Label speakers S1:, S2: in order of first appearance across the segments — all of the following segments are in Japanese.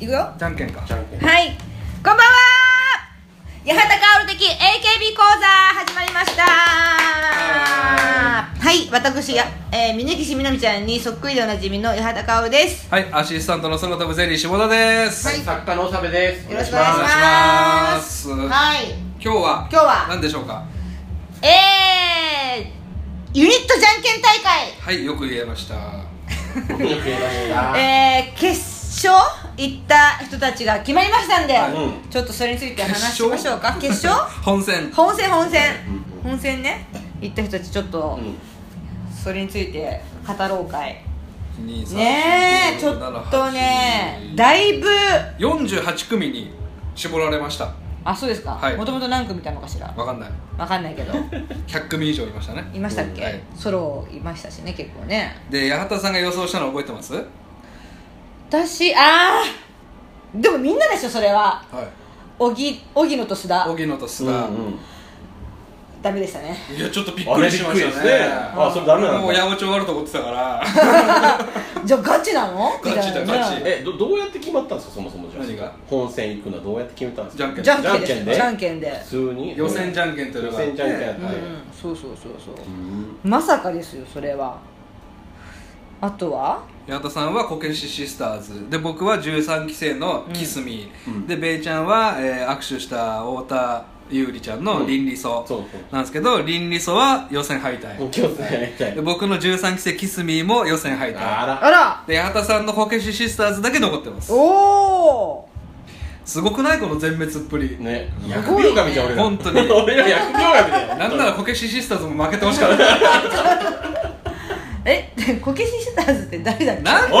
S1: いくよ
S2: じゃんけんか
S3: じゃんけん
S1: はい、こんばんは八幡薫的 AKB 講座始まりましたはい、私や、えー、峯岸みなみちゃんにそっくりでおなじみの八幡薫です
S2: はいアシスタントの空飛ぶゼリー下田です、
S1: はい
S3: 作家のおさべです
S1: よろしくお
S2: お
S1: 願いし
S2: 願
S1: ま
S2: いしますす
S1: はい、
S2: 今日は
S1: 今日は
S2: 何でしょうか
S1: えー、ユニットじゃんけん大会
S2: はいよく言えました
S3: よく言えました
S1: えー、決勝行った人たちが決まりましたんで、
S2: はい
S1: ちょっとそれについて
S2: 決
S1: 話し
S2: 勝
S1: ましょうか決勝
S2: 本戦
S1: 本戦本戦
S3: うん
S1: 本戦ね行った人たちちょっと、
S3: うん
S1: それについて語ろう会
S2: 2 3
S1: ねえちょっとねだいぶ
S2: 48組に絞られました
S1: あそうですか
S2: はい
S1: もともと何組いたのかしら
S2: わかんない
S1: わかんない けど
S2: 100組以上いましたね
S1: いましたっけ、
S2: うんはい
S1: ソロいましたしね結構ね
S2: で八幡さんが予想したの覚えてますはい
S1: 私あーでもみんなでしょそれは荻荻野と須田
S2: 荻野と須
S3: う
S2: 田、
S3: んうん
S1: ダメでしたね
S2: いやちょっとびっ
S3: あ
S2: く
S3: れ
S2: り
S3: びっ
S2: しま
S3: く
S2: し
S3: りです
S2: た
S3: ね
S2: ね
S3: あそれダメな
S2: も
S3: の
S2: う八百長あると思ってたから
S1: じゃあガチなのみ
S2: ガチ
S1: た
S2: だ
S1: いな
S2: ガ
S1: ね
S2: チ
S3: えどどうやって決まったんですかそもそもじゃあ
S2: 何が
S3: 本戦行くのはどうやって決めたんです
S2: じゃ
S3: か
S2: んけん
S1: じゃんけんです
S3: じ
S1: じゃ
S3: ゃ
S1: ん
S3: ん
S1: けんで
S3: 普通に
S2: 予選じゃんけんというの
S3: 予
S2: があって
S3: 選じゃんけんやっ
S1: うん
S3: て
S1: うんそうそうそうそう
S3: うん
S1: まさかですよそれはあとは
S2: 八幡さんはこけしシスターズで僕は13期生のキスミ、
S3: うん
S2: でベイちゃんは、えー握手した太田優里ちゃんの倫理
S3: うんそ
S2: 層
S3: うそう
S2: なんですけど倫理層は予選敗退
S3: もう気をつけないみた
S2: で
S3: い
S2: 僕の13期生キスミも予選敗退
S3: あ
S1: あら
S2: で八幡さんのこけしシスターズだけ残ってます
S1: おお
S2: すごくないこの全滅っぷり、
S3: らね
S1: すご
S3: 薬
S1: いね
S3: 病神じゃん俺ら
S2: 本当に
S3: 俺ら薬病神だよ
S2: なんならこけしシスターズも負けてほしかった
S1: え こけしシターズって誰だっけ
S2: なん
S3: おい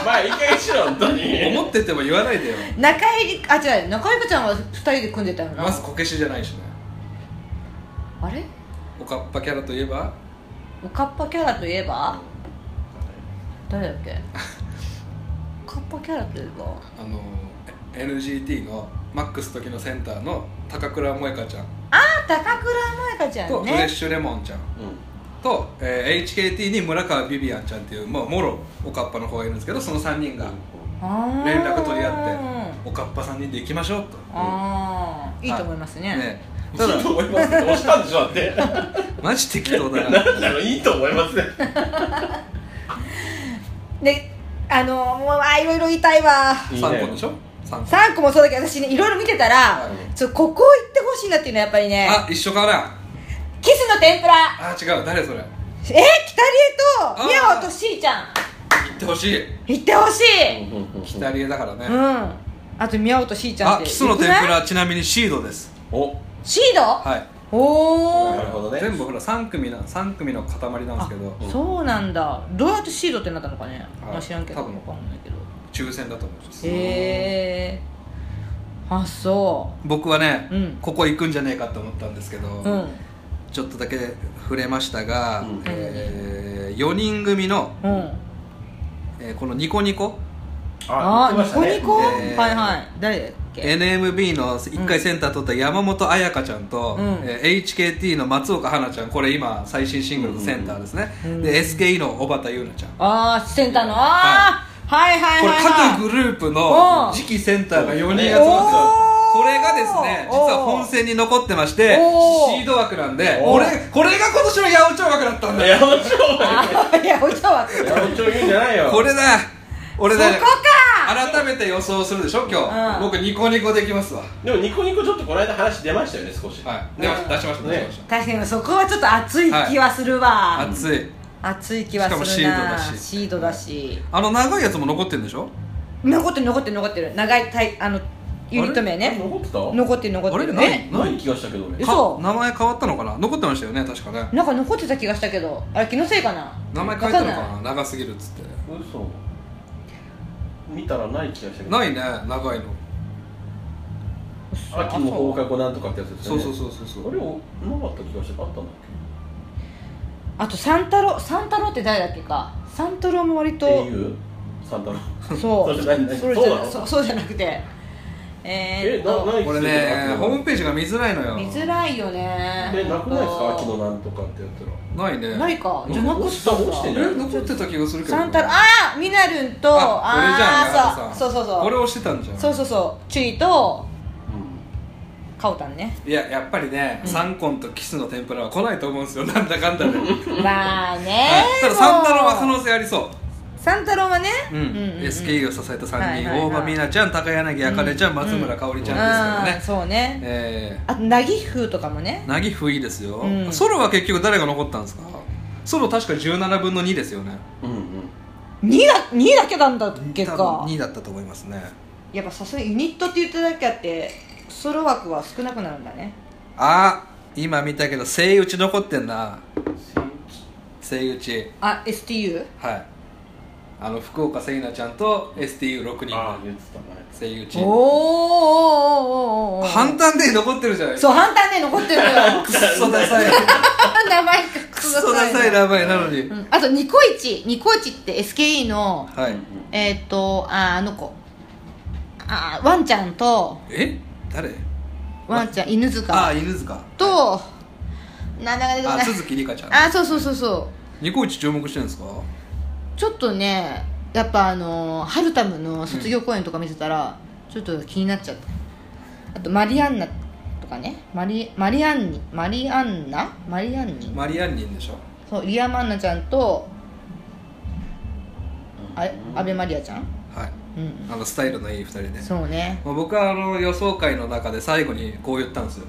S3: お前いい加減にしろ本当に
S2: 思ってても言わないでよ
S1: 中入りあ違う中入りちゃんは2人で組んでたよな
S2: まずこけしじゃないしね
S1: あれ
S2: おかっぱキャラといえば
S1: おかっぱキャラといえば誰だっ けおかっぱキャラといえば
S2: あの NGT のマックス時のセンターの高倉萌香ちゃん
S1: あ高倉萌香ちゃ
S2: と
S1: ん
S2: フレッ
S1: ね
S2: シュレモンちゃん
S3: うん
S2: と、えー HKT に村川ビビアンちゃんっていう、まあ、もろおかっぱの方がいるんですけどその3人が
S1: あー
S2: 連絡取り合っておかっぱ3人で行きましょうと
S1: ああいいと思いますね
S2: ねた
S3: ただ
S2: だ
S3: いいと思いますね押したんでしょだって
S2: マジ適当だな
S3: なんだろういいと思いますね
S1: であのもうあーいろいろ言いたいわ
S3: いいね
S2: 3本でしょ3個
S1: 3個もそうだけど私ねいろいろ見てたら
S2: はい
S1: ちょここ行ってほしいなっていうのはやっぱりね
S2: あ一緒かな
S1: キスの天ぷら
S2: あ違う誰それ行
S1: えー、キタリエと
S2: あー
S1: ミヤオとシーちゃん
S2: ってほしい
S1: 行ってほし
S3: うん
S1: い
S3: うんうん
S2: 北リエだからね、
S1: うんあとミヤオとシーちゃんっ
S2: あ
S1: て
S2: キスの天ぷ
S1: よくない
S2: らちなみにシードです
S3: お
S1: シード、
S2: はい
S1: お
S3: なる
S1: お
S3: ほどね
S2: 全部ほら3組な三組の塊なんですけど
S1: そうなんだどうやってシードってなったのかね、
S2: はい
S1: まあ、知らんけど
S2: 多分
S1: わかんないけど
S2: 抽選だと思うんです
S1: へえあそ
S2: 僕はね、
S1: うん
S2: ここ行くんじゃねえかと思ったんですけど、
S1: ううん
S2: ちょっとだけ触れましたが、
S3: うん
S2: え4人組の、
S1: うん
S2: えーこのニコニコ
S1: あ
S3: 言ってましたね
S1: ニコニコ、
S2: えー
S1: はいはい誰だっけ
S2: NMB の1回センター取った山本彩香ちゃんと、
S1: うん
S2: えー HKT の松岡花ちゃんこれ今最新シングルのセンターですね、
S1: うん
S2: で SKE の小畑優奈ちゃん
S1: ああセンターのあー、はい、はい
S2: これ
S1: はいはい
S2: 各グループの
S1: うん
S2: 次期センターが4人集まって
S3: お
S2: た
S1: ー
S2: これがですね実は本戦に残ってまして
S1: おー
S2: シード枠なんで
S3: お
S2: こ
S3: ー
S2: れこれが今年の八百長枠だったんだよ
S3: 八百長
S1: あいやお茶は
S3: 八百長言うんじゃないよ
S2: これだ俺だ
S1: そこか
S2: 改めて予想するでしょ今日、
S1: うん
S2: 僕ニコニコできますわ
S3: でもニコニコちょっとこの間話出ましたよね少し
S2: はい出ました出しました
S3: ね
S2: 出しました
S1: 確かにそこはちょっと熱い気はするわ、
S2: 熱い
S1: 熱い気はするな
S2: しかもシードだし
S1: シードだし
S2: あの長いやつも残ってるんでしょ
S1: 残ってる残ってる残ってる長いたいあのユニット名ね
S3: 残ってた
S1: 残ってる残ってる
S2: あれ
S1: ね
S3: ない気がしたけど俺
S1: え嘘
S2: か名前変わったのかな残ってましたよね確かね
S1: なんか残ってた気がしたけどあれ気のせいかな
S2: 名前変えたのか
S1: わ
S2: な
S1: かんない
S2: 長すぎるっつって
S3: 嘘見たらない気がしたけど
S2: ないね長いの
S3: 秋も放課後なんとかってやつです
S2: そ
S3: よ
S2: う
S3: ね
S2: そうそううそうそう
S3: あれをなかった気がしたあったんだっ
S1: あと三太郎三太郎って誰だっけか三太郎も割
S3: けって
S1: と
S3: いうサンタの
S1: そ
S3: それ何
S1: う
S3: 何
S1: それじゃ
S3: そうなの
S1: そうそうじゃなくてえー、
S3: え
S1: っ
S3: な
S1: と
S3: ない
S2: これねホームページが見づらいのよ
S1: 見づらいよね
S3: えなくないですか秋の
S1: の
S3: なんとかってやったら
S2: ないね
S1: ないかじゃなく
S3: 落ちた落ちて
S2: え
S3: んじゃない
S2: 残ってた気がするけど
S1: サンタああミナルンと
S2: あ俺じゃ
S1: あ
S2: ん永田さ
S1: ー
S2: ん
S1: そうそうそう
S2: これ
S1: そう
S2: 押してたんじゃん
S1: そうそうそうチリと
S3: う
S1: カオタンね
S2: いややっぱりね、
S1: うん
S2: サンコンとキスの天ぷらは来ないと思うんですよなんだか んだで、
S1: まあね
S2: はいただサンタロは可能性ありそう
S1: サンタロウはね、
S2: うん SKE を支えた3人、
S1: はいはいはい
S2: 大場美奈ちゃん高柳あかねちゃん、
S1: うん
S2: 松村香織ち
S1: うん
S2: ゃんですけどね、
S1: そうね
S2: え
S1: あとナギフーとかもね
S2: ー、なぎふいいですよ、
S1: うん
S2: ソロは結局誰が残ったんですかソロ確か17分の2ですよね
S3: んうんうん
S1: 2だ二だけなんだっけか
S2: 2だったと思いますね
S1: やっぱさすがにユニットって言っただけあってソロ枠は少なくなるんだね
S2: あ今見たけど声打ち残ってんな声打ち
S1: あ STU
S2: はいあの福岡せいなちゃんと STU6
S3: ああ
S2: 人
S3: 言ってたね
S2: 声打ち
S1: おーおーおーおーおー
S2: 反対で残ってるじゃないです
S1: そ
S2: か
S1: う反対ね残ってるのよ
S2: クッソダサい
S1: 名前が
S2: クソダサい名前なのに、
S1: うんあとニコイチニコイチって SKE の
S2: はい
S1: えっ、ー、とあーあの子あーワンちゃんと
S2: え誰
S1: ワンちゃん犬
S2: ああ
S1: 塚
S2: 犬塚
S1: と名前が出てこな
S2: あ
S1: い
S2: 鈴木里香ちゃん
S1: あそうそうそうそう
S2: ニコイチ注目してるんですか
S1: ちょっとねやっぱあのーハルタムの卒業公演とか見てたら、ちょっと気になっちゃったあとマリアンナとかねマリマリアンニマリアンナマリアンニ、
S2: マリアンニンでしょ
S1: そうリアマンナちゃんとあれ阿部マリアちゃん
S2: はい
S1: うん
S2: あのスタイルのいい2人で、
S1: そうね
S2: まあ僕はあの予想会の中で最後にこう言ったんですよ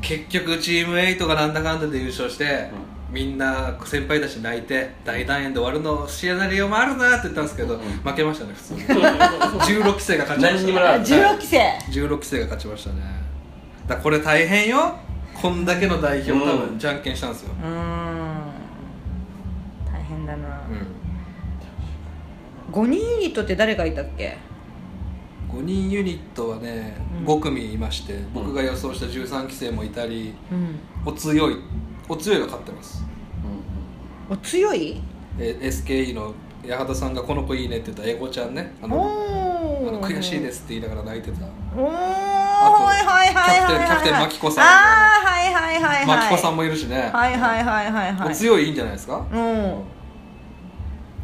S2: 結局チーム8がなんだかんだで優勝して、みんな先輩たち泣いて大団円で終わるのシナリオもあるなって言ったんですけど、
S3: うん
S2: 負けましたね普通 に
S3: う
S2: 16期生が勝ちま
S3: 何にも
S2: し
S3: なかった
S1: 16期生
S2: た16期生が勝ちましたねだからこれ大変よこんだけの代表多
S3: う
S2: 分
S3: ん
S2: じゃんけんしたんですよ、
S1: うーん大変だな、
S2: う
S1: 5人ユニットって誰がいたっけ
S2: ん、5人ユニットはね
S1: うん
S2: 5組いまして、僕が予想した13期生もいたり
S1: うん
S2: お強いお強いが勝ってます
S1: お強い
S2: え SKE の八幡さんが「この子いいね」って言った英語ちゃんねあのあ
S1: お
S2: の悔しいですすって言いながら泣いてた
S1: おーはいはいはいはいはい
S2: キャプテンキャプテンマキコさん
S1: ああはいはいはいはい
S2: マキコさん
S1: も
S2: もいるしね、
S1: はいはいはいはいはい
S2: お強いいいんじゃないですか
S1: うん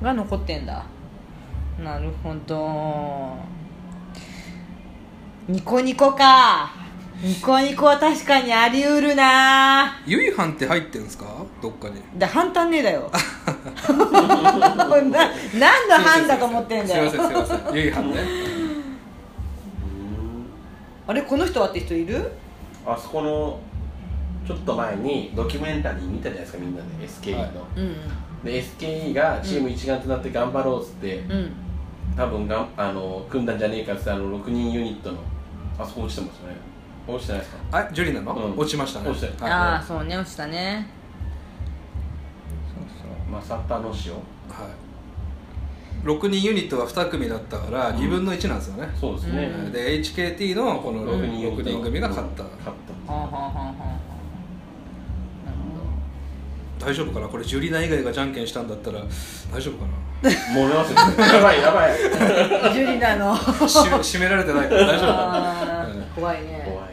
S1: が残ってんだなるほどニコニコかニコニコは確かにありうるな
S2: ゆいはんって入ってんすかどっかに
S1: だ反対ねえだよな何の反だと思ってんだよ
S2: すいませんすいませんゆいはん ね
S3: ん
S1: あれこの人はって人いる
S3: あそこのちょっと前にドキュメンタリー見たじゃないですかみんなで SKE の、
S1: うん
S3: で SKE がチーム一丸となって頑張ろうっつって、
S1: うん
S3: 多分がんあの組んだんじゃねえかっつってあの6人ユニットのあそこ落ちてますよね落ちてないですか
S2: あジュリなの、
S3: うん
S2: 落ちましたね
S3: 落ちたよ
S2: はい
S1: ああ
S2: は
S1: そうね落ちたねそうそう
S3: マサタの塩
S2: い、6人ユニットは2組だったから
S3: うん
S2: 2分の1なんですよね、
S3: そうですね、
S1: うん
S2: で HKT のこの
S3: 六
S2: 6人
S3: ユニット
S2: 組が勝った、
S3: うん勝っ
S1: はあはあはあはあなる
S2: 大丈夫かなこれジュリナ以外がじゃんけんしたんだったら大丈夫か な
S3: た揉めますよやばいやばい
S1: ほどジュリナの
S2: 締め締められてないから大丈夫
S1: あ
S2: かな、
S1: ー怖いね
S3: 怖い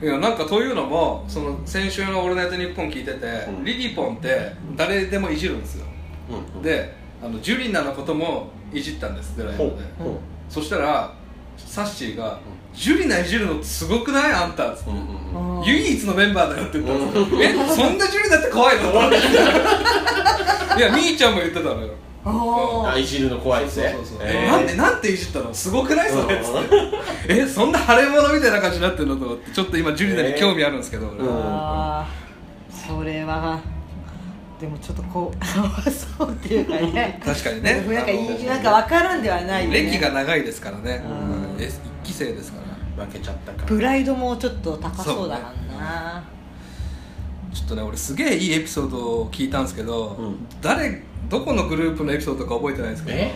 S2: うんいやなんかというのもその先週の「オールナイトニッポン」聞いてて、
S3: うん
S2: リリポンって誰でもいじるんですよ、
S3: なうんうん
S2: であのジュリナのこともいじったんですってライ
S3: ほ
S2: ブ
S3: う
S2: で、
S3: ほ
S2: そしたらサッシーが「ジュリナいじるのすごくないあんた」
S3: ううんうんうん
S1: うん
S2: 唯一のメンバーだよって言ったんですよえそんなジュリナって怖いの いやみーちゃんも言ってたのよ
S1: お
S3: あ
S1: ー
S3: いじるの怖いっすね
S2: そうそうそう
S3: えー
S2: なんでなんていじったのすごくないそれっつってえそんな腫れ物みたいな感じになってるのと思ってちょっと今ジュリナに興味あるんですけど、俺
S3: うん
S1: あーそれはでもちょっとこうかわいそうっていうかね
S2: 確かにね
S1: なんか
S2: あ
S1: い
S2: の
S1: いなんか分からんではないよね
S2: 歴が長いですからね、
S1: うん
S2: え一期生ですから
S3: 負けちゃったか
S1: プライドもちょっと高そうだからな
S2: ちょっとね俺すげえいいエピソードを聞いたんですけど、
S3: うん
S2: 誰どこのグループのエピソードか覚えてないんですけど
S3: え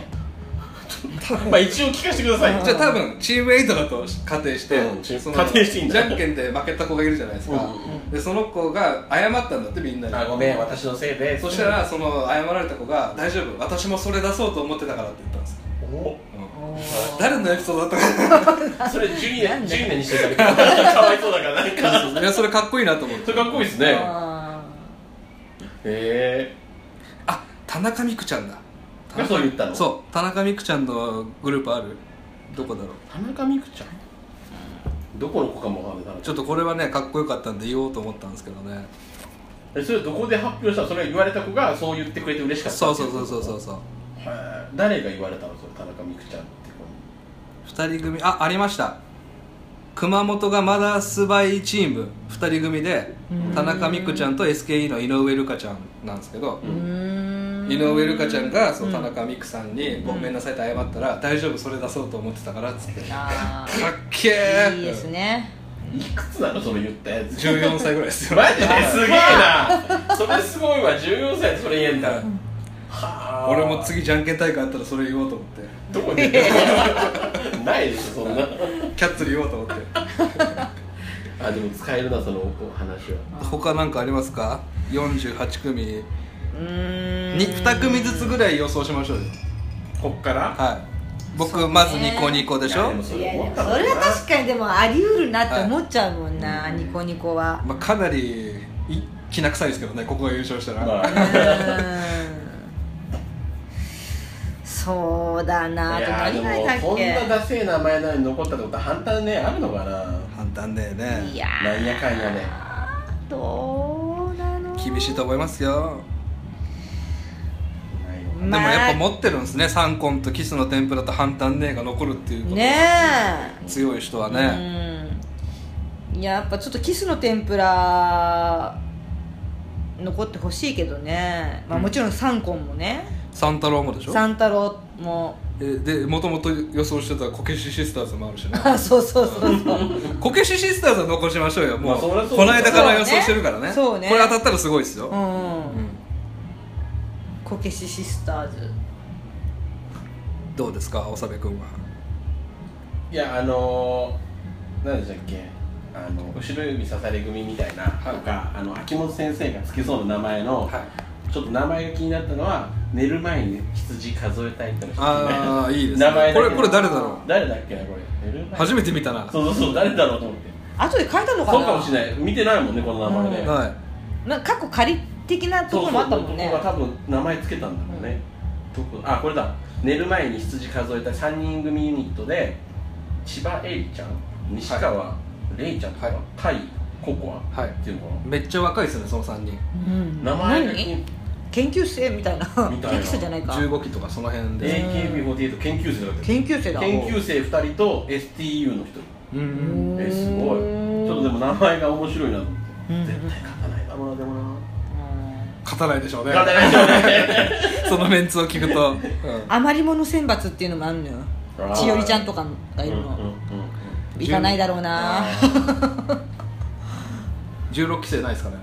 S3: まあ一応聞かせてください
S2: じゃあ多分チームエイトだと仮定して、
S3: うんチーム
S2: その
S3: 仮定していいんだ
S2: じゃんけんで負けた子がいるじゃないですか、
S3: うんうん
S2: でその子が謝ったんだってみんなに
S3: あごめん私のせいで
S2: そしたらその謝られた子が「大丈夫私もそれ出そうと思ってたから」って言ったんですよ、う
S3: お
S2: ん
S1: もう
S2: 誰のエピソードだったか
S3: それジュニアジュニアにしてたけど かわいそうだからなんか
S2: ないやそれかっこいいなと思っ
S3: そ
S2: て
S3: れかっこいいですねへ
S1: あ
S3: え
S2: あ田中美久ちゃんだ
S3: がそう言ったの
S2: そう田中美久ちゃんのグループあるどこだろう
S3: 田中美久ちゃんどこの子かもわかんない
S2: ちょっとこれはねかっこよかったんで言おうと思ったんですけどね
S3: えそれどこで発表したのそれ言われた子がそう言ってくれて嬉しかった
S2: そうそうそうそうそうそう
S3: へー誰が言われたのそれ田中美久ちゃんって子
S2: 2
S3: に
S2: 人組あありました熊本がマダスバイチーム2人組で田中美久ちゃんと SKE の井上瑠香ちゃんなんですけど
S1: ーうーん
S2: 井上瑠香ちゃんがその田
S1: うん
S2: 中美久さんに「ごめんなさい」って謝ったら「大丈夫それ出そうと思ってたから」っつってかっ
S1: あ
S2: け
S1: ーいい
S2: え
S1: ですね
S3: いくつなのその言ったやつ
S2: 14歳ぐらいですよ
S3: マジですげえなそれすごいわ14歳でそれ言えんだはあ
S2: 俺も次じゃんけん大会あったらそれ言おうと思って
S3: どこ にないでしょそんな
S2: キャッツに言おうと思って
S3: あでも使えるなそのお話 は
S2: 他なんかありますか48組
S1: うーん
S2: に2組ずつぐらい予想しましょうよ
S3: こっから
S2: はい僕まずニコニコでし
S3: いや
S2: ょ
S3: でもそ
S1: いや
S3: れ
S1: で
S3: 思
S1: も
S3: った
S1: そ
S3: もんな
S1: れは確かにでもあり得るなって思っちゃうもんな、ニコニコは
S2: まあ、かなりいきな臭いですけどねここが優勝したら、
S3: ま
S1: う
S3: あ
S1: ーんそうだなあ
S3: い
S1: と
S3: や
S1: 何
S3: でも
S1: がいたっ
S3: こんな
S1: け
S3: ダセえ名前なのに残ったってことは反対ねあるのかな
S2: 判断だよね
S1: いやー
S3: なんやかんやね
S1: どうなの
S2: 厳しいと思いますよ
S3: ないのか
S2: でもやっぱ持ってるんですねサンコンとキスの天ぷらとハンタンネーが残るっていうこと
S1: ね
S2: 強い人は
S1: え
S2: ね、
S1: うんやっぱちょっとキスの天ぷら残ってほしいけどね、まあ、もちろんサンコンもね、
S2: サンタロウもでしょ
S1: サンタロウも
S2: えでもともと予想してたこけしシスターズもあるしね
S1: あそうそうそうそう
S2: こけしシスターズは残しましょうよもう,、
S3: まあそりゃそうだ
S2: この間から予想してるからね
S1: そうね
S2: これ当たったらすごいですよ、
S1: うん、
S2: うん
S1: こけしシスターズ
S2: どうですか長部君はい
S3: やあのー、何でしたっけあの後ろ指刺され組みたいなとか、あの秋元先生がつけそうな名前の、ちょっと名前が気になったのは寝る前に羊数えたいっての
S2: あ あいいです
S3: 名前
S2: ね
S3: だ
S2: こ
S3: け
S2: れこれ誰だろ
S3: 誰だっけなこれ寝る
S2: う
S3: 前
S2: 初めて見たな
S3: そうそうそう誰だろうと思って
S1: 後で変えたのかな
S3: そうかもしれない見てないもんねこの名前ね、
S1: うん
S2: はい
S1: なんか過去仮的なところもあったもんね
S3: そうそうここが多分名前つけたんだろうね、どこあこれだ寝る前に羊数えた3人組ユニットで千葉エイちゃん西川レイちゃんとか、
S2: はい
S3: タイココア、
S2: はい
S3: っていうのか
S2: めっちゃ若いですよねその3人
S1: うん
S3: な名前が
S1: 何研究生みたいな
S3: みたい
S1: 研
S3: な
S1: 究生じゃないか
S2: 15期とかその辺で、
S3: AKB48 研究生だって
S1: 研究生だ
S3: 研究生2人と STU の1人
S2: う
S1: うんん
S3: えすごいちょっとでも名前が面白いなと思っ
S1: う
S3: て、
S1: ん
S3: 絶対勝たないだろうなでもな
S1: うん
S2: 勝たないでしょうね
S3: 勝たないでし ょうね
S2: そのメンツを聞く と、うん
S1: 余り物選抜っていうのもあるのよ
S3: あー
S1: 千代ちゃんとかがいる
S3: うんうん
S1: の
S3: うん
S1: 行かないだろうな
S2: 16期生ないですかね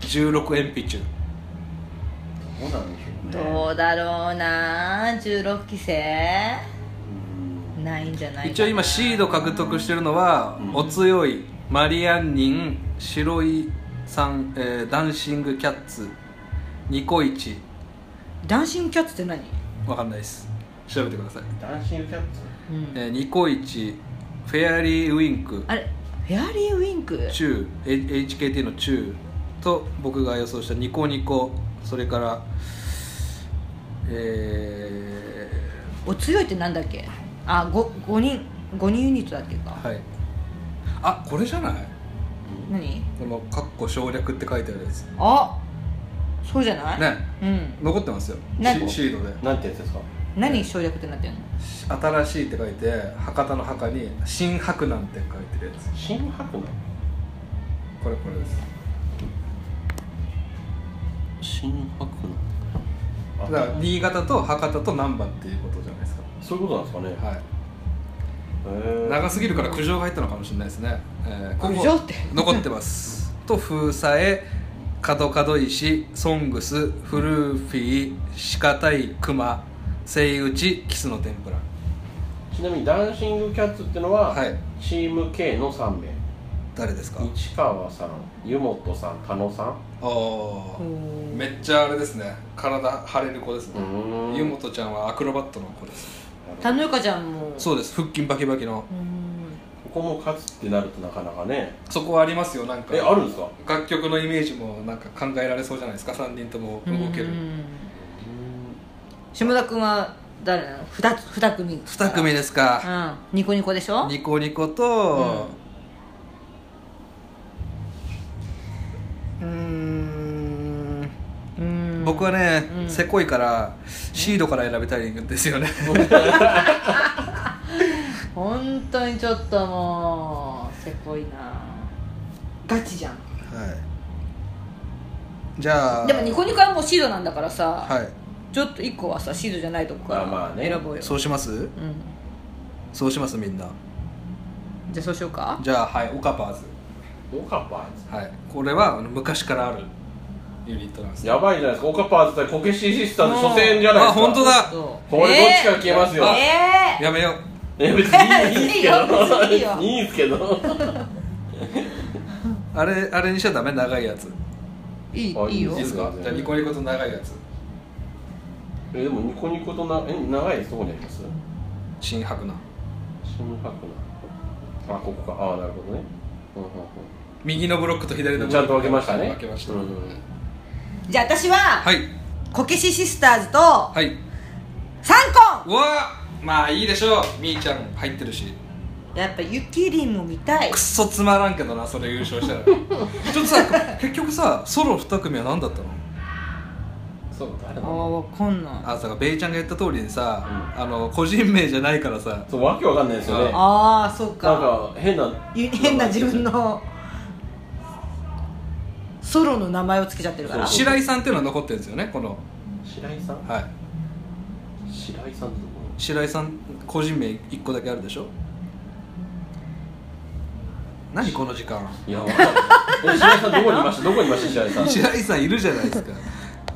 S2: 16鉛筆
S3: どうなんでしょうね
S1: どうだろうな16期生
S3: うん
S1: ないんじゃないかな
S2: 一応今シード獲得してるのは、お強いマリアンニン白井さん、えーダンシングキャッツニコイチ
S1: ダンシングキャッツって何
S2: わかんないです調べてください、
S3: ダンシングキャッツ
S1: うん
S2: えーニコイチフェアリーウィンク
S1: あれフェアリーウィンク
S2: 中 H- HKT の中と僕が予想したニコニコそれからえ
S1: お強いってなんだっけあ五 5, 人5人ユニットだっけか、
S2: ーはいあこれじゃない
S1: 何
S2: この「かっこ省略」って書いてあるやつ
S1: あそうじゃない
S2: ね
S1: うん
S2: 残ってますよ
S1: なん
S2: シシードで
S3: なんてやつですか
S1: 何省略ってなってるの
S2: 新しいって書いて博多の墓に「新白南」って書いてるやつ
S3: 新白南
S2: これこれです
S3: 新白
S2: だ
S3: 南
S2: から新潟と博多と難波っていうことじゃないですか
S3: そういうことなんですかね
S2: はい
S3: へ
S2: 長すぎるから苦情が入ったのかもしれないですね、えー、ここ
S1: 苦情って
S2: 残ってます と封鎖へ角角石ソングスフルーフィー鹿対熊セイウチキスの天ぷら
S3: ーちなみにダンシングキャッツってのは、
S2: はい
S3: チーム K の3名
S2: 誰ですか
S3: 市川さん湯本さん田野さん
S2: ああ
S1: おー
S2: めっちゃあれですね体張れる子ですね
S3: うーん
S2: 湯本ちゃんはアクロバットの子です
S3: なる
S1: 田野ゆかちゃんも
S2: そうです腹筋バキバキの
S1: うん
S3: ここも勝つってなるとなかなかね
S2: そこはありますよなんか
S3: えあるんですか
S2: 楽曲のイメージもなんか考えられそうじゃないですか3人とも動ける
S1: うん下田君は誰なの 2, つ二組
S2: 2組ですか
S1: うんニコニコでしょ
S2: ニコニコと、
S1: うーんうーん
S2: 僕はね、
S1: うん
S2: せこいからシードから選びたいんですよね
S1: 本当にちょっともうせこいなガチじゃん
S2: はいじゃあ
S1: でもニコニコはもうシードなんだからさ、
S2: はい
S1: ちょっと1個はさシードじゃないとこか
S3: まあま
S1: ら
S3: あね
S1: 選ぼうよ、
S2: そうします
S1: うん
S2: そうしますみんな
S1: じゃあそうしようか
S2: じゃあはいオカパーズ
S3: オカパ
S2: はいこれはあの昔からあるユニットなんで
S3: ー
S2: す
S3: ズやばいじゃないですかオカパーズ対こけしシスターズ初戦じゃないですか
S2: あ本当だ
S3: これどっちか消えますよ
S1: え
S2: やめよう
S3: え別にいいですけど
S1: いいよ別にいいよ
S3: いいですけど
S2: あれあれにしちゃダメ長いやつ
S1: ー、いい
S3: あ
S1: いいよ
S2: いいですか
S3: うん
S2: じゃあニコニコと長いやつ
S3: えでもニコニコとなえ長いそうにあります
S2: 新白な
S3: 新白なあここかああなるほどね、うんうん
S2: 右のブロックと左
S3: う
S2: の
S3: ん、
S2: ブ
S3: ちゃ
S2: ロッ
S3: ん
S2: ク
S3: と分けましたね
S2: 分けました、
S3: うん
S1: じゃあ私は
S2: はい
S1: こけしシスターズと
S2: はい
S1: サンコ
S2: うわまあいいでしょうみーちゃん入ってるし
S1: ンやっぱゆきりんも見たい
S2: くっそつまらんけどなそれ優勝した らちょっとさ結局さソロ2組は何だったの
S3: そう誰だ
S1: ああわかんない
S2: あだからベイちゃんが言った通りにさ、あの個人名じゃないからさ
S3: そうわけわかんないですよねなん
S1: ああそうか
S3: か変な
S1: ゆ 変な自分のソロの名前をつけちゃってるから
S3: そう
S2: 白井さんっていうのは残ってるんですよねこの
S3: 白井さん
S2: はい
S3: 白井さんってとこ
S2: 白井さん個人名1個だけあるでしょ何この時 間
S3: いやわかんないえ白井さんどこにいましたどこにいました白井 さん
S2: 白井さんいるじゃないですか、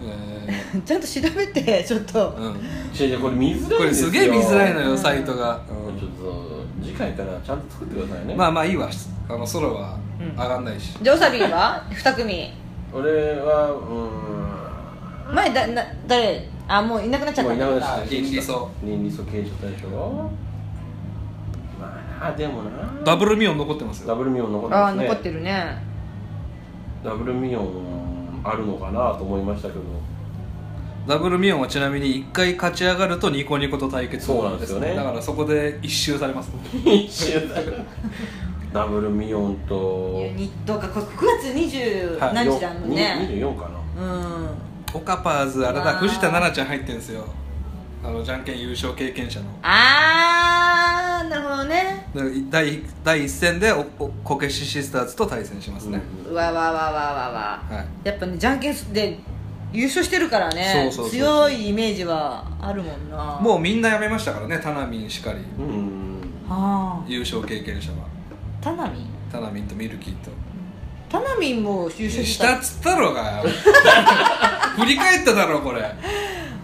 S2: え
S1: ちゃんと調べてちょっと
S2: ーうん、
S3: 違う違うこれ見づらいんですよ
S2: これすげえ見づらいの
S1: う
S2: よ
S1: ん
S2: サイトが、うん
S3: ちょっと次回からちゃんと作ってくださいね
S2: まあまあいいわあのソロは
S1: うん
S2: 上がんないし、
S1: じゃあおさびんは二組
S3: 俺は
S1: 前だな誰あもういなくなっちゃったんだ
S3: もういなくなっちゃっ
S2: 倫理層
S3: うーん倫理素刑事対象まあでもな
S2: ダブルミオン残ってます
S3: ダ
S2: よ
S3: ブルミオン残って
S1: あ
S3: ま
S1: あ
S3: す
S1: ー
S3: ね
S1: 残ってるね
S3: ダブルミオンあるのかなと思いまし たけど
S2: ダブルミオンはちなみに1回勝ち上がるとニコニコと対決
S3: そうなんですよね
S2: だからそこで一周されます
S3: 一瞬だけダブルミオンと
S1: ユニットがこれ9月20何日だもんね
S3: 24かな
S1: うん
S2: オカパーズあれ
S1: わ
S2: だ
S1: ー
S2: 藤田奈々ちゃん入ってるんですよあのじゃんけん優勝経験者の
S1: あーなるほどね
S2: で第第1戦でおおこけしシスターズと対戦しますね、
S1: うわわわわわわ
S2: はい
S1: やっぱねじゃんけんすで優勝してるからね
S2: そうそうそう
S1: 強いイメージはあるもんな
S2: も
S1: う
S2: うみんなやめましたからねタナミンしかり
S3: うんうん
S1: あ
S2: 優勝経験者は
S1: あタナミン
S2: タナミンとミルキーと
S1: タナミンも優勝し
S2: した
S1: た
S2: っつったろが振り返っただろこれ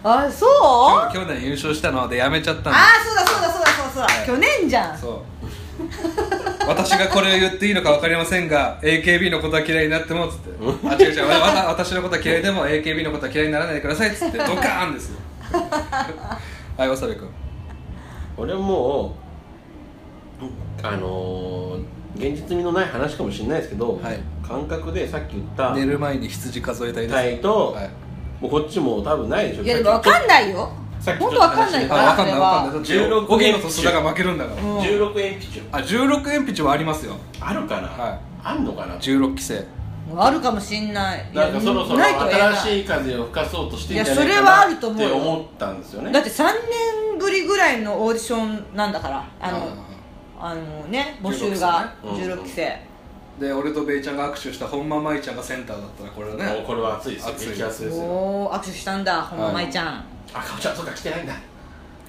S1: あそうあ
S2: 去年優勝したのでやめちゃったん
S1: あそうだそうだそうだそうだそうだ去年じゃ
S2: だ
S1: ん
S2: そう私がこれを言っていいのか分かりませんが AKB のことは嫌いになってもっつってあ違う違うわわ私のことは嫌いでも AKB のことは嫌いにならないでくださいっつってドカーンですよはいわさび君
S3: 俺はもうあのー現実味のない話かもしれないですけど、
S2: はい
S3: 感覚でさっき言った
S2: 寝る前に羊数えたいです、
S3: はいと
S2: はい
S3: もうこっちも多分ないでしょ
S1: いやでも分かんないよ
S3: さっきちょ
S1: 本
S3: っ
S1: 当
S3: と
S1: 分かんない
S2: あ分
S1: から
S2: かんない分かんないだって
S3: 16
S2: 荻野と須田が負けるんだから、
S1: うん
S3: 16円ピチュ
S2: あ16鉛筆はありますよ
S3: あるかな、
S2: はい
S3: あんのかな
S2: 16期生
S1: あるかもしんない
S3: なんかそろそろ
S1: ないとは言えない
S3: 新しい風を吹かそうとしてんじゃない
S1: いやそ
S3: か
S1: れはあ
S3: な
S1: る
S3: っ
S1: と思う
S3: て
S1: よ
S3: 思ったんですよね
S1: だって3年ぶりぐらいのオーディションなんだからあのあのね募集が
S3: 16期ね
S1: 16期生
S2: で俺とベイちゃんが握手した本間舞ちゃんがセンターだったらこれは
S3: もう
S2: ね
S3: これは熱いですよ
S2: 熱い
S3: 激アツですよ
S1: おお握手したんだほんま
S2: はい
S1: 舞ちゃん
S3: あかおちゃんそうか来てないんだ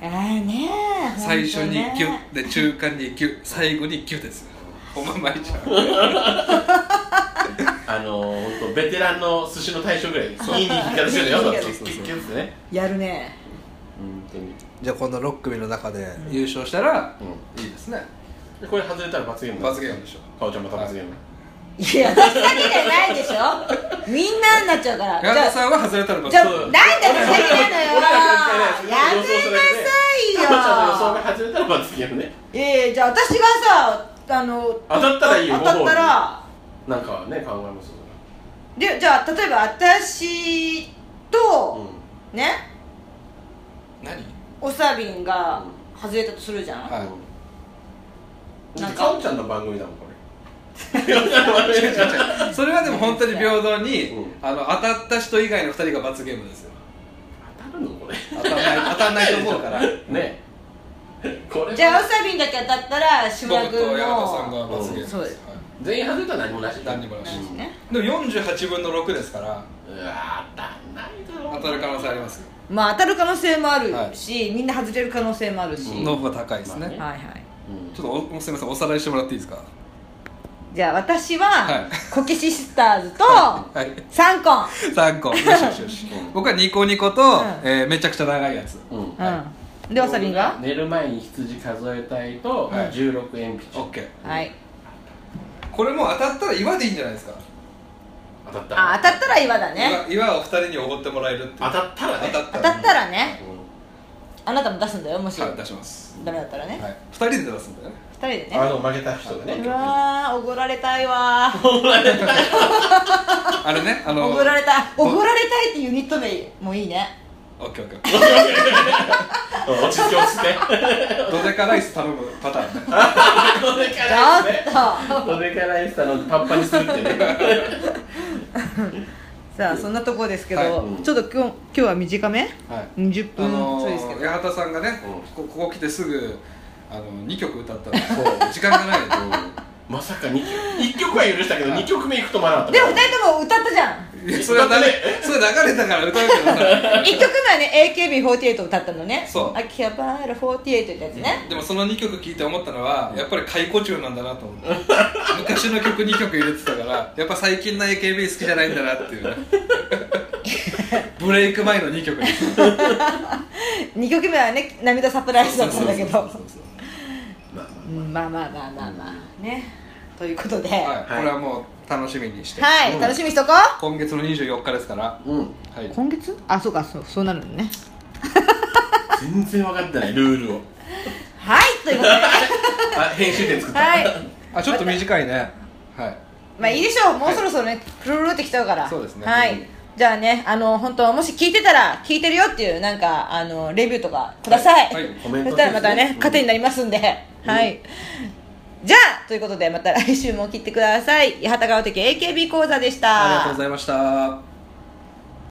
S1: ええねえ
S2: 最初に
S1: ほんと
S2: ギュ
S1: ね
S2: ッで中間にギュッ最後にギュッです本間舞ちゃ
S3: あのー、本当ベテランの寿司の大将ぐらいいい握り方してるよ
S1: そう
S3: 結
S1: そう
S2: そう
S3: 局ですね
S1: やるね
S3: 本当に
S2: んじゃあこの6組の中で優勝したら
S3: う
S2: いいですね
S3: んでこれ外れたら罰ゲームだ
S2: 罰ゲームでしょ
S3: かおちゃんまた罰ゲーム
S1: いや私だけじゃないでしょみんなになっちゃうから
S2: ガンダ
S1: じゃ
S2: さんは外れたら
S1: あ
S2: 罰
S1: じ
S2: ゲ
S1: ゃあ
S2: ーム
S1: なんで私だけなのよ
S3: 俺らが関係ない
S1: やめなさいいよ
S3: タマちゃんの予想が外れたらばつきよね
S1: ええじゃあ私がさあの
S3: 当たったらいいよ
S1: 当たったら
S3: なんかね考えますよ
S1: でじゃあ例えば私
S3: それ
S1: と
S3: は、
S1: ね
S2: 何
S1: おさびんが外れたとするじゃん、
S2: はい
S3: うん
S1: なんか
S3: かおちゃんの番組だもん これ
S2: それはでも本当に平等に、
S3: うん
S2: あの当たった人以外の2人が罰ゲームですよ
S3: 当たるのこれ
S2: 当たんない 当たんないと思うから
S3: ねこれ
S1: じゃあおさびんだけ当たったら島
S2: 僕
S1: 君
S2: と山田さんが
S1: の
S2: 罰ゲーム
S1: そうです
S2: はい
S3: 全員外れたら何もなし
S2: 何にもなし
S1: なんですね
S2: でも48分の6ですから
S3: うわ当たんないだろ
S2: 当たる可能性ありますよ
S1: まあ当たる可能性もあるし、みんな外れる可能性もあるし、
S3: うん
S2: の方が高いです
S3: まあ
S2: ね
S3: ね
S1: はいはい
S3: うん
S2: ちょっとおすみませんおさらいしてもらっていいですか
S1: じゃあ私
S2: は
S1: はいこけしシスターズと
S2: はい
S1: 3個、
S2: 3個よしよしよし
S3: うん
S2: 僕はニコニコと、
S1: うん
S2: えーめちゃくちゃ長いやつ
S3: うん
S1: うんでおさびんが
S3: 寝る前に羊数えたいと
S2: はい
S3: 16鉛筆
S2: OK
S1: はい
S2: これもう当たったら岩でいいんじゃないですか
S3: 当たった
S1: あ当たったら岩だね
S2: 岩岩を2人におごってもらえるっていう
S3: 当たったらね
S2: 当たっ
S1: 当
S2: た
S1: た
S2: ら
S1: ったらね
S3: う
S1: あなたも出すんだよもし、
S2: はい出します
S1: ダメだったらね、
S2: はい、2人で出すんだよね
S1: 二人で
S3: んあ
S1: ね
S3: の負けた人がね
S1: うわーおごられたいわー
S2: あれねあの
S1: おごられたいおごられたいってユニット名もいいね
S2: オッケーオッケー
S3: うん落ち着き落ち着きね
S2: ドデカライス頼むパターンね
S3: どでか
S1: ちょ
S3: らい
S1: っと
S3: ですねどでからいスタのパッパにするってね
S1: さあそんなところですけど、
S2: はい
S3: うん
S1: ちょっと今日今日は短め
S2: はい
S1: 20
S2: あ
S1: 分
S2: の
S1: そう
S2: ー
S1: ですけど、
S2: 八幡さんがね、
S3: うん
S2: こここ来てすぐあの2曲歌ったんで
S3: そう
S2: 時間がないの
S3: まさか2曲1曲は許したけど2曲目いくと思わなかった
S1: でも二人とも歌ったじゃん
S2: い やそれはだめそれ流れたから歌うけどさ
S1: 1曲目はね AKB48 歌ったのね
S2: そう
S1: 秋葉原48ってやつね
S2: でもその2曲聴いて思ったのはやっぱり解雇中なんだなと 思って昔の曲2曲入れてたからやっぱ最近の AKB 好きじゃないんだなっていうねブレイク前の2曲です
S1: 2曲目はね涙サプライズだったんだけど
S2: そうそうそう
S3: まあま
S1: うんまあまあまあまあまあねということで
S2: そうはい、
S1: は
S2: これはもう楽しみにして、
S1: い、楽しみにしとこう
S2: 今月の24日ですから、は
S3: あうん
S2: い、
S1: 今月あそうかそうそうなるのね
S3: 全然分かってないルールを
S1: はいということ
S3: あ編集点作っ
S1: で
S3: た
S1: はい
S2: あちょっと短いねはい
S1: まあいいでしょうもうそろそろね、プルルルってきちゃうから
S2: そうですね
S1: は
S2: う
S1: い
S2: ん
S1: じゃあねあの本当もし聞いてたら聞いてるよっていうなんかあのレビューとかください、
S2: はいはい
S3: コメント
S1: そしたらまた
S3: です
S1: ね
S3: ねうん
S1: 糧になりますんで、はいじゃあということでまた来週も聞いてください八幡川的 AKB 講座でした
S2: ありがとうございました。